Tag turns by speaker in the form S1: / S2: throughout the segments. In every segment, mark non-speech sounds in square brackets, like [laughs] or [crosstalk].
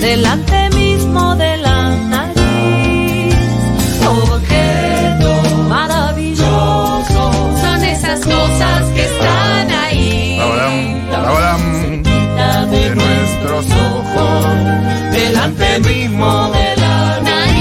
S1: delante mismo de la nariz. Objeto maravilloso son esas cosas que están ahí.
S2: Ahora, ahora
S1: de
S2: de nuestros ojos, delante mismo de
S1: la nariz.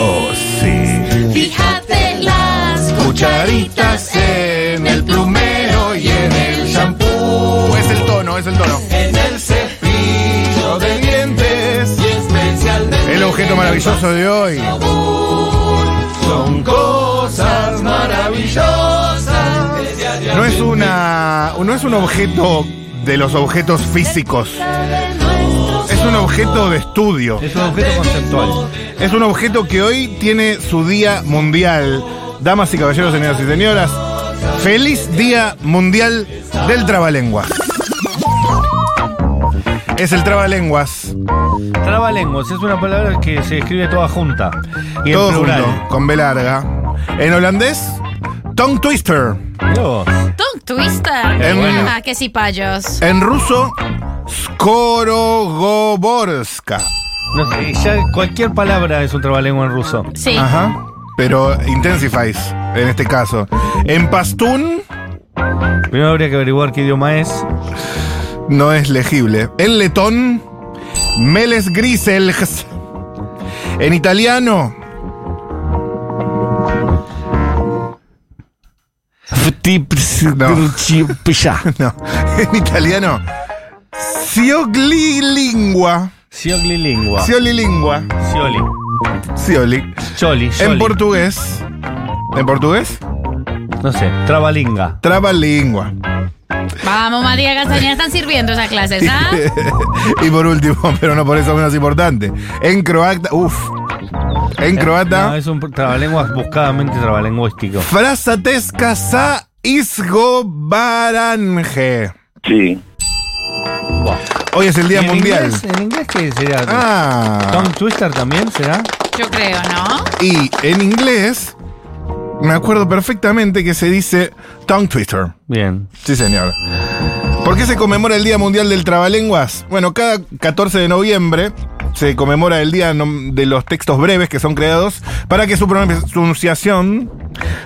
S2: Oh, sí.
S1: Fíjate en las
S2: Cucharitas en el plumero y en el shampoo. Es el tono, es el tono.
S3: En el cepillo de dientes y especialmente
S2: El objeto maravilloso de hoy.
S3: son cosas maravillosas. que se hallan
S2: No es una. No es un objeto de los objetos físicos. Es un objeto de estudio.
S4: Es un objeto conceptual.
S2: Es un objeto que hoy tiene su día mundial. Damas y caballeros, señoras y señoras, feliz día mundial del trabalenguas. Es el trabalenguas,
S4: Trabalenguas es una palabra que se escribe toda junta. Y en
S2: todo
S4: plural.
S2: junto, con B larga. En holandés, tongue twister.
S4: Mirá vos.
S5: Tongue twister.
S2: Eh, bueno.
S5: Ah, qué cipayos.
S2: En ruso, skorogoborska.
S4: No sé, ya cualquier palabra es un trabalengua en ruso.
S5: Sí.
S2: Ajá. Pero intensifies, en este caso. En pastún,
S4: Primero habría que averiguar qué idioma es.
S2: no es legible. En letón, meles griselgs. En italiano, [laughs] no. En italiano, sioglilingua.
S4: Sioglilingua.
S2: Siolilingua.
S4: Sioli.
S2: Sioli.
S4: Choli.
S2: En
S4: Sioli.
S2: portugués, en portugués,
S4: No sé, trabalinga.
S2: trabalingua.
S5: Vamos, María Castañeda, están sirviendo esas clases, ¿ah?
S2: [laughs] y por último, [laughs] pero no por eso menos importante, en croata, uff. En croata.
S4: No, es un trabalengua buscadamente trabalingüístico.
S2: Frasatesca sa isgobaranje.
S6: Sí,
S2: Hoy es el Día
S4: ¿Y en
S2: Mundial.
S4: inglés- ¿En inglés qué será?
S2: Ah,
S4: ¿Tongue Twister también será?
S5: Yo creo, ¿no?
S2: y en inglés me acuerdo perfectamente que se dice tongue twister.
S4: Bien.
S2: Sí, señor. ¿Por qué se conmemora el Día Mundial del Trabalenguas? Bueno, cada 14 de noviembre se conmemora el Día nom- de los Textos Breves que son creados para que su pronunciación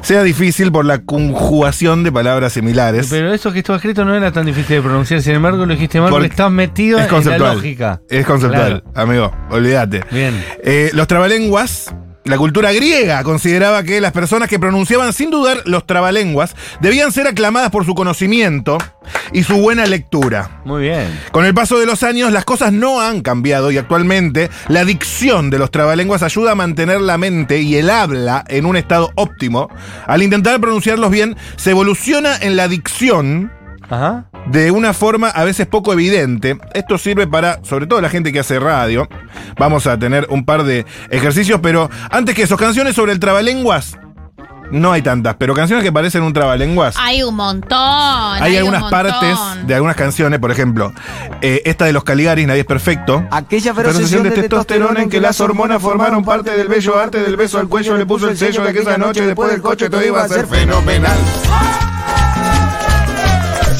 S2: sea difícil por la conjugación de palabras similares.
S4: Pero eso que estaba escrito no era tan difícil de pronunciar, sin embargo lo dijiste mal
S2: Por-
S4: porque estás metido
S2: es
S4: en la
S2: conceptual.
S4: lógica.
S2: Es conceptual,
S4: Claro.
S2: amigo, olvídate.
S4: Bien.
S2: Eh, los trabalenguas, la cultura griega consideraba que las personas que pronunciaban sin dudar los trabalenguas debían ser aclamadas por su conocimiento y su buena lectura.
S4: Muy bien.
S2: Con el paso de los años, las cosas no han cambiado y actualmente la dicción de los trabalenguas ayuda a mantener la mente y el habla en un estado óptimo. Al intentar pronunciarlos bien, se evoluciona en la dicción
S4: Ajá.
S2: de una forma a veces poco evidente. Esto sirve para, sobre todo la gente que hace radio, vamos a tener un par de ejercicios, pero antes que eso, canciones sobre el trabalenguas, no hay tantas, pero canciones que parecen un trabalenguas.
S5: Hay un montón.
S2: Hay,
S5: Ah, un
S2: algunas
S5: montón.
S2: partes de algunas canciones, por ejemplo, eh, esta de los Caligaris, Nadie es Perfecto.
S7: Aquella
S2: Pero
S7: feroz sesión de testosterona en que las hormonas formaron parte del bello arte del beso al cuello le puso el sello de aquella noche después del coche todo iba a ser
S2: fenomenal.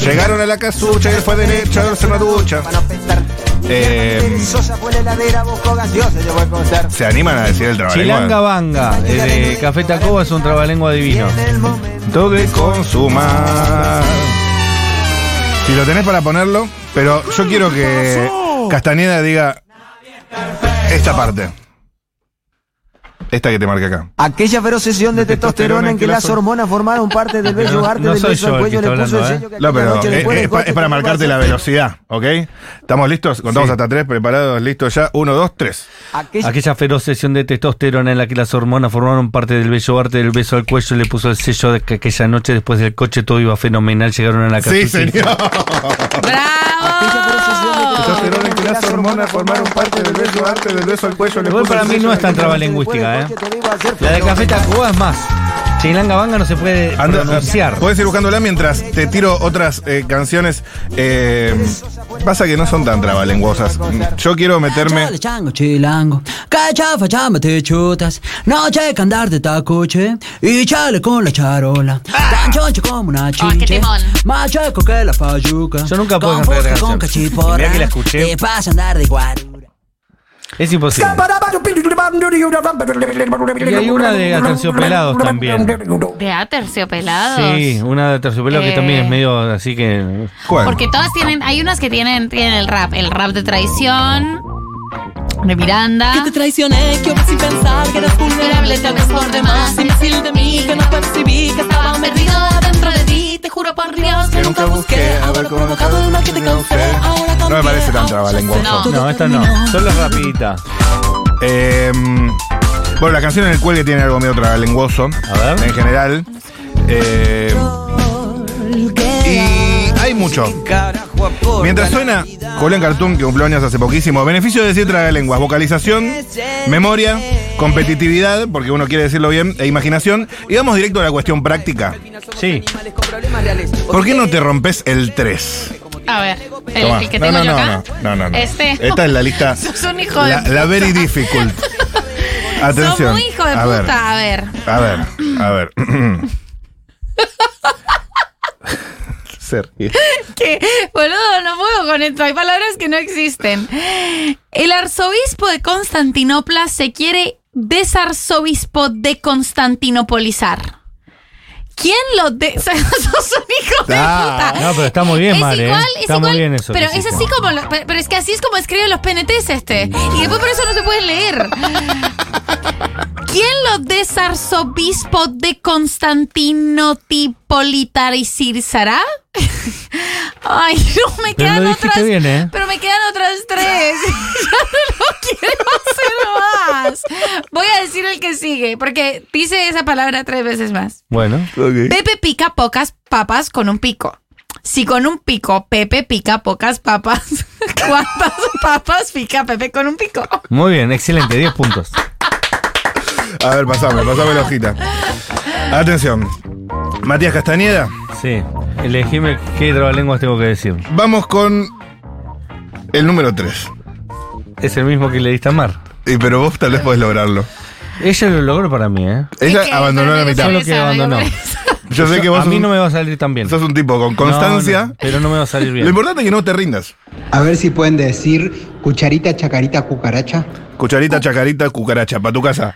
S2: Llegaron a la casucha y después de echarse una ducha.
S7: Para no pensar.
S2: Eh,
S7: Sosa fue la heladera, buscó gaseosa, llegó al conocer.
S2: ¿Se animan a decir el
S4: Chilanga
S2: trabalenguas?
S4: Banga,
S7: Eh,
S4: de, de Café Tacuba es un trabalengua divino.
S2: Todo de consumar. Si lo tenés para ponerlo, pero yo quiero que Castañeda diga esta parte. Esta que te marca acá.
S7: Aquella feroz sesión de testosterona en que las hormonas formaron parte del bello arte
S4: no
S7: del
S4: soy yo
S7: beso al
S4: el
S7: cuello
S4: que
S7: le
S4: está
S7: puso el
S4: hablando,
S7: sello que
S2: No,
S7: aquella
S2: pero
S7: noche
S2: eh,
S7: después
S2: es,
S7: del
S2: pa-
S7: coche
S2: es para
S7: todo iba a
S2: marcarte
S7: ser
S2: la velocidad, ¿ok? ¿Estamos listos? Contamos
S4: Sí.
S2: hasta tres, preparados, listos ya. Uno, dos, tres.
S7: Aquella
S4: Aquella feroz sesión de testosterona en la que las hormonas formaron parte del bello arte del beso al cuello le puso el sello de que aquella noche después del coche todo iba fenomenal, llegaron a la casa.
S2: Sí, [laughs] señor.
S7: aquella feroz sesión de
S5: ¡Bravo!
S2: Testosterona en que las hormonas formaron parte del beso arte del beso al cuello. le
S4: Igual
S2: puso
S4: para
S2: el
S4: mí
S2: sello
S4: no
S2: de
S4: es tan
S2: aquella-
S4: trabalingüística, ¿eh?
S7: Después del coche todo iba a ser
S4: La de Café
S7: fenomenal.
S4: Tacuba es más. Chilangamanga no se puede
S2: Anda-
S4: pronunciar.
S2: Podés ir buscándola mientras te tiro otras eh, canciones. eh, pasa que no son tan trabalenguosas. Yo quiero meterme.
S6: Chale, chango, chilango. Cae chafa, chamba, te chutas. Noche que andar de tacuche. Y chale con la charola. Tan choncho como una
S5: Ah, qué
S6: chinche.
S5: timón.
S6: Más chueco que la payuca.
S4: Yo nunca puedo
S6: Con
S4: cantar esta
S6: vodka, Con
S4: canción.
S6: cachiporra.
S4: Mirá que la escuché.
S6: Y pasa a andar de guarura.
S4: Es imposible. Y hay una de Aterciopelados también.
S5: De aterciopelados.
S4: Sí, una de terciopelo que
S5: Eh.
S4: también es medio así que.
S2: ¿Cuál?
S5: Porque todas tienen, hay unas que tienen, tienen el rap, el rap de traición, de Miranda.
S8: Que te traicioné, que sin pensar que eras vulnerable, tal vez por demás, imbécil de mí, que no percibí que estaba perdido dentro de ti. Te juro por Dios que nunca busqué haber provocado el mal que te causé. Ahora
S2: No me
S8: cambié,
S2: parece tan
S8: ahora ya
S2: trabalenguoso.
S8: sé,
S4: No,
S8: todo
S4: esta no.
S8: terminó.
S4: Son las rapiditas.
S2: Eh, bueno, la canción en el cuelgue tiene algo medio trabalenguoso.
S4: A ver.
S2: En general. Eh, y hay mucho. Mientras suena Julián Cartoon, que cumplió años hace poquísimo, beneficio de decir lenguas, vocalización, memoria, competitividad, porque uno quiere decirlo bien, e imaginación. Y vamos directo a la cuestión práctica.
S4: Sí.
S2: ¿Por qué no te rompes el 3?
S5: A ver, el,
S2: Tomá.
S5: el que
S2: No,
S5: tengo
S2: no,
S5: yo
S2: no,
S5: acá.
S2: no, no, no.
S5: Este.
S2: Esta es la lista.
S5: [laughs] Sos un hijo de
S2: La,
S5: puta.
S2: la very
S5: [laughs]
S2: difficult.
S5: Sos
S2: Atención.
S5: muy hijo de
S2: A ver.
S5: puta. A ver.
S2: A ver, a ver. [laughs] Se ríe.
S5: Que, boludo, no puedo con esto. Hay palabras que no existen. El arzobispo de Constantinopla se quiere desarzobispo de Constantinopolizar. ¿Quién lo de [laughs] o sea, sos un hijo de
S2: Ah,
S5: puta?
S4: no, pero está muy bien,
S5: es
S4: Mare,
S5: Igual,
S4: ¿eh?
S5: es
S4: Está
S5: igual,
S4: muy bien eso que
S5: Pero es
S4: hiciste.
S5: así como. lo- pe- pero es que así es como escriben los PNTs este. Y después por eso no se pueden leer. ¿Quién lo desarzobispo de
S4: [laughs]
S5: Constantinotipolitarizará? Ay, no me
S4: Pero
S5: quedan
S4: lo dijiste
S5: otras.
S4: bien, ¿eh?
S5: Pero me quedan otras tres. [laughs] ya no lo quiero hacer más. Voy a decir el que sigue, porque dice esa palabra tres veces más.
S4: Bueno.
S5: Pepe pica pocas papas con un pico. Si con un pico Pepe pica pocas papas, [laughs] ¿cuántas papas pica Pepe con un pico?
S4: Muy bien, excelente. 10 puntos.
S2: A ver, pasame, pasame la hojita. Atención. Matías Castañeda,
S4: Sí. Elegime qué trabalenguas tengo que decir.
S2: vamos con el número 3.
S4: Es el mismo que le diste a Mar.
S2: pero vos tal vez podés lograrlo.
S4: Ella lo logró para mí, ¿eh?
S2: Ella
S5: Es que
S2: abandonó la
S5: me
S2: mitad.
S4: Solo que
S5: interesa, me
S4: abandonó.
S5: interesa.
S2: Yo sé que
S4: a
S2: vos
S4: mí
S2: sos,
S4: no
S2: un-
S4: me va a salir tan bien.
S2: sos un tipo con
S4: No, no,
S2: constancia.
S4: pero no me va a salir bien.
S2: Lo importante es que no te rindas.
S9: A ver si pueden decir cucharita, chacarita, cucaracha.
S2: Cucharita, chacarita, cucaracha, para tu casa.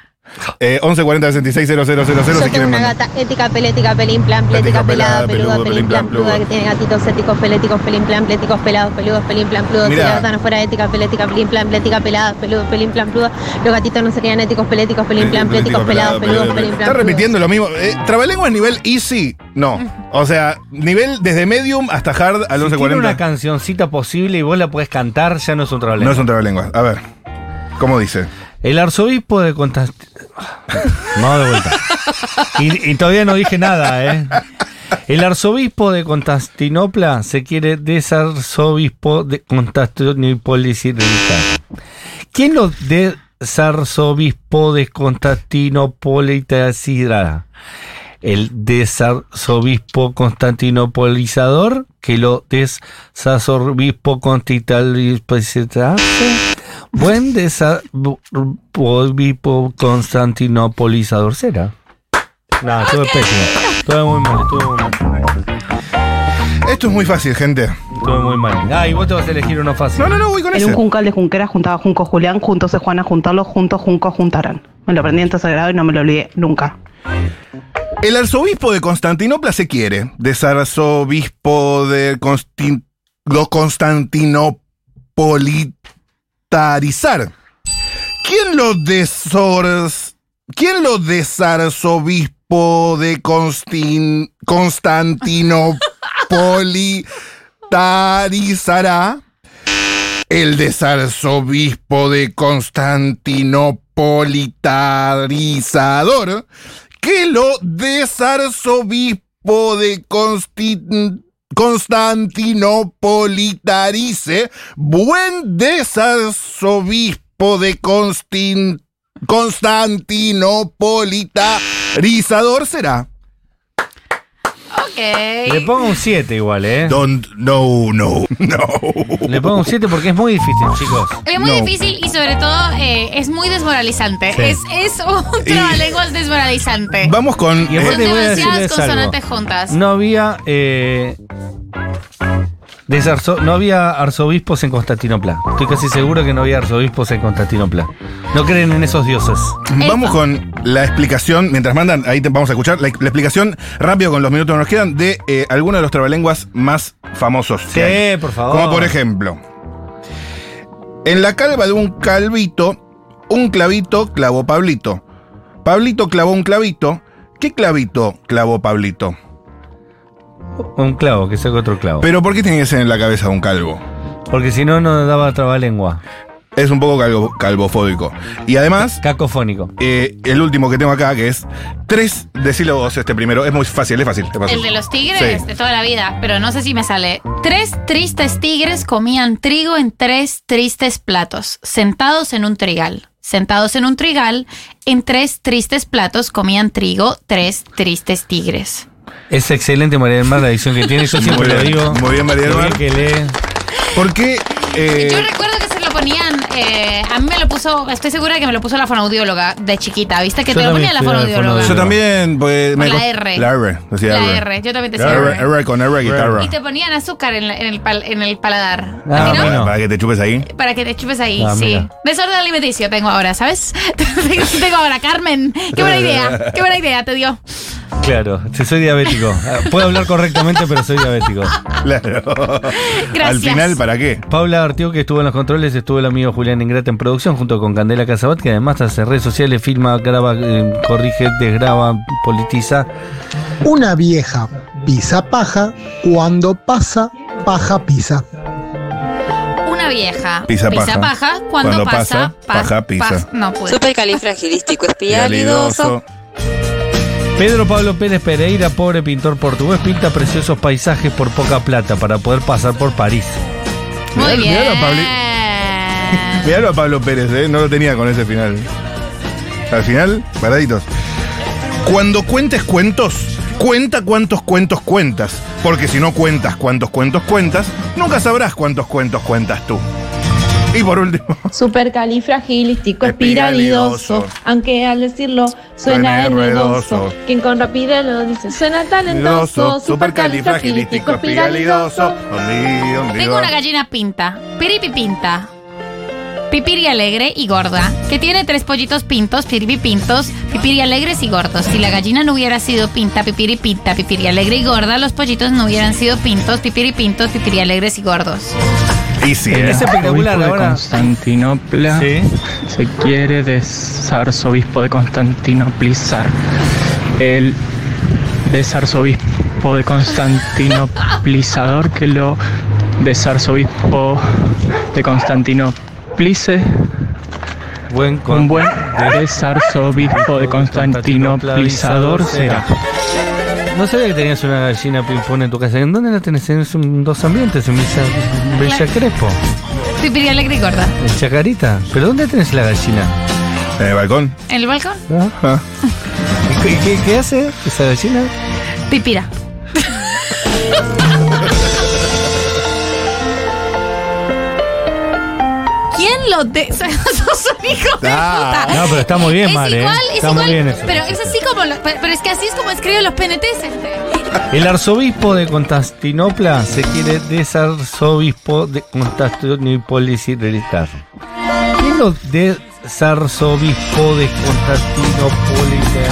S2: Eh, 1140 66 000 si
S10: Yo tengo
S2: quieren
S10: una
S2: mandar.
S10: gata ética, pelética, pelín, plan,
S2: Plética,
S10: plética,
S2: pelada,
S10: pelada,
S2: peludo,
S10: peluda,
S2: pelín,
S10: pelín,
S2: plan,
S10: plan, pluda,
S2: peludo.
S10: que tiene gatitos éticos, peléticos, pelín, plan, pléticos, pelados, peludos, pelín, plan, pludo. Si
S2: Mirá.
S10: la gata no fuera ética, pelética, pelín, plan, plética, pelada, peludo, pelín, plan, pluda, los gatitos no serían éticos, peléticos, pelín, plan, pléticos, pelados, peludos, pelín, plan,
S2: Está
S10: pludo.
S2: repitiendo lo mismo. Eh, Trabalenguas nivel easy, no. O sea, nivel desde medium hasta hard al
S4: Si tiene una
S2: 1140.
S4: cancioncita posible y vos la podés cantar, ya no es un trabalenguas.
S2: No es un trabalenguas. A ver, ¿cómo dice?
S4: El arzobispo de Constantin... No, de vuelta. Y, y todavía no dije nada, ¿eh? El arzobispo de Constantinopla se quiere desarzobispo de Constantinopolita. ¿Quién lo desarzobispo de Constantinopolita? El desarzobispo constantinopolizador que lo desarzobispo constantinopolizador. Buen desarzobispo constantinopolizador será. No, estuve pésimo. Estuve muy mal, estuve muy mal.
S2: Esto es muy fácil, gente.
S4: Estuve muy mal. Ah, y vos te vas a elegir uno fácil.
S2: No, no, no, voy con
S11: En
S2: ese.
S11: un juncal de junqueras juntaba Junco Julián, juntos se Juana juntarlos, juntos Junco juntarán. Me lo aprendí en tercer grado y no me lo olvidé nunca.
S2: El arzobispo de Constantinopla se quiere. Desarzobispo de Constin- lo Constantinopolitarizar. ¿Quién lo desor- ¿Quién lo desarzobispo de Constin- Constantinopolitarizará? El desarzobispo de Constantinopolitarizador que lo desarzobispo de Constin- Constantinopolitarice, buen desarzobispo de Constin- Constantinopolitarizador será.
S4: Le
S5: Ok.
S4: pongo un 7 igual, ¿eh?
S2: Don't, no, no, no.
S4: Le pongo un 7 porque es muy difícil, chicos.
S5: Es muy
S2: No.
S5: difícil y sobre todo eh, es muy desmoralizante.
S4: Sí.
S5: Es, es
S4: [laughs]
S5: un trabalenguas desmoralizante.
S2: [laughs] Vamos con. eh,
S4: Y
S5: Son
S4: aparte voy a
S5: demasiadas
S4: decirles algo.
S5: consonantes juntas.
S4: No había. eh, desarzo- no había arzobispos en Constantinopla. Estoy casi seguro que no había arzobispos en Constantinopla. No creen en esos dioses.
S2: Vamos con la explicación, mientras mandan, ahí te- vamos a escuchar la, la explicación rápido con los minutos que nos quedan de eh, algunos de los trabalenguas más famosos. que hay.
S4: Sí, por favor.
S2: Como por ejemplo, en la calva de un calvito, un clavito clavó Pablito. Pablito clavó un clavito. ¿Qué clavito clavó Pablito?
S4: Un clavo, que saque otro clavo.
S2: Pero ¿por qué tiene que ser en la cabeza de un calvo?
S4: Porque si no, no daba trabalengua.
S2: Es un poco calvo- calvofóbico. Y además,
S4: Cacofónico.
S2: eh, el último que tengo acá, que es tres de sílabos este primero. Es muy fácil, es fácil. es fácil.
S5: El de los tigres
S2: Sí.
S5: de toda la vida, pero no sé si me sale. Tres tristes tigres comían trigo en tres tristes platos, sentados en un trigal. Sentados en un trigal, en tres tristes platos comían trigo tres tristes tigres.
S4: Es excelente María del Mar la edición que tiene. Yo
S2: Muy
S4: siempre lo
S2: bien,
S4: digo.
S2: muy bien, María del
S4: Lo bien
S2: Mar.
S4: que lee.
S2: ¿Por qué? eh,
S5: Yo recuerdo que se lo ponían, eh, a mí me lo puso, estoy segura que me lo puso la fonoaudióloga de chiquita, ¿viste? Que
S4: Yo
S5: te lo
S4: también
S5: ponía la
S4: fui a la
S5: fonoaudióloga.
S2: Yo
S4: fonoaudióloga.
S2: también, pues.
S5: Con la
S2: cost-
S5: R.
S2: La R, decía
S5: La
S2: R.
S5: R, yo también te decía
S2: R,
S5: R.
S2: R con R guitarra.
S5: Y te ponían azúcar en, la- en el, pal- en el paladar.
S4: Ah,
S5: ¿A que no?
S4: bueno.
S2: Para, para que te chupes
S5: [laughs]
S2: ahí.
S5: Para que te chupes ahí,
S4: Ah,
S5: sí.
S4: mira.
S5: Desorden alimenticio tengo ahora, ¿sabes? [laughs] tengo ahora, Carmen. Qué buena idea, qué buena idea te dio.
S4: Claro, sí, soy diabético. Ah, Puedo hablar correctamente, pero soy diabético.
S2: Claro.
S5: Gracias.
S2: Al final, ¿para qué?
S4: Paula Artió, que estuvo en los controles, estuvo el amigo Julián Ingrata en producción, junto con Candela Casabat, que además hace redes sociales, filma, graba, eh, corrige, desgraba, politiza.
S12: Una vieja pisa paja, cuando pasa, paja pisa.
S5: Una vieja
S2: Pisa paja.
S5: paja, cuando,
S2: Cuando
S5: pasa,
S2: pasa,
S5: pa-
S2: paja pisa.
S5: no pude.
S13: Supercalifragilístico, espialidoso.
S4: Pedro Pablo Pérez Pereira, pobre pintor portugués, pinta preciosos paisajes por poca plata para poder pasar por París.
S2: Mirá-
S5: Muy
S2: mirá
S5: bien.
S2: la Pabli- Miralo a Pablo Pérez, ¿eh? No lo tenía con ese final. Al final, paraditos. Cuando cuentes cuentos, cuenta cuántos cuentos cuentas. Porque si no cuentas cuántos cuentos cuentas, nunca sabrás cuántos cuentos cuentas tú. Y por
S5: [laughs]
S2: último.
S14: Supercalifragilístico,
S2: espiralidoso.
S14: espiralidoso. Aunque al decirlo
S2: Suena
S14: suena
S2: enredoso.
S14: enredoso. Quien con rapidez lo dice suena talentoso. Supercalifragilístico, espiralidoso.
S5: Tengo una gallina pinta, piripi pinta. Pipiri alegre y gorda, que tiene tres pollitos pintos, piripi pintos, pipiri alegres y gordos. Si la gallina no hubiera sido pinta, pipiri pinta, pipiri alegre y gorda, los pollitos no hubieran sido pintos, pipiri pintos, pipiri alegres y gordos.
S2: Y sí,
S4: Es espectacular
S15: Arzobispo de
S4: ahora.
S15: Constantinopla
S4: Sí.
S15: se quiere desarzobispo de Constantinoplizar. El desarzobispo de Constantinoplizador que lo desarzobispo de Constantinoplice.
S4: Buen
S15: Un buen desarzobispo de Constantinoplizador será.
S4: No sabía que tenías una gallina ping-pong en tu casa. ¿En dónde la tenés? En dos ambientes, en Villa, Villa Crespo,
S5: Pipiri alegre y gorda.
S4: en Chacarita. ¿Pero dónde tenés la gallina?
S2: en el balcón.
S5: ¿En el balcón?
S2: Ah.
S4: ¿Y qué, qué- qué hace esa gallina?
S5: Pipira. ¿Quién lo [laughs] de... Sos un hijo de
S4: Ah,
S5: puta.
S4: no, pero está muy bien,
S5: es
S4: Mare,
S5: Igual,
S4: ¿eh?
S5: es
S4: Está muy
S5: igual,
S4: bien eso.
S5: pero es así como... lo- pero es que así es como escriben los PNTs.
S4: El arzobispo de Constantinopla se quiere desarzobispo de Constantinopolitar. ¿Quién lo desarzobispo de Constantinopolitar?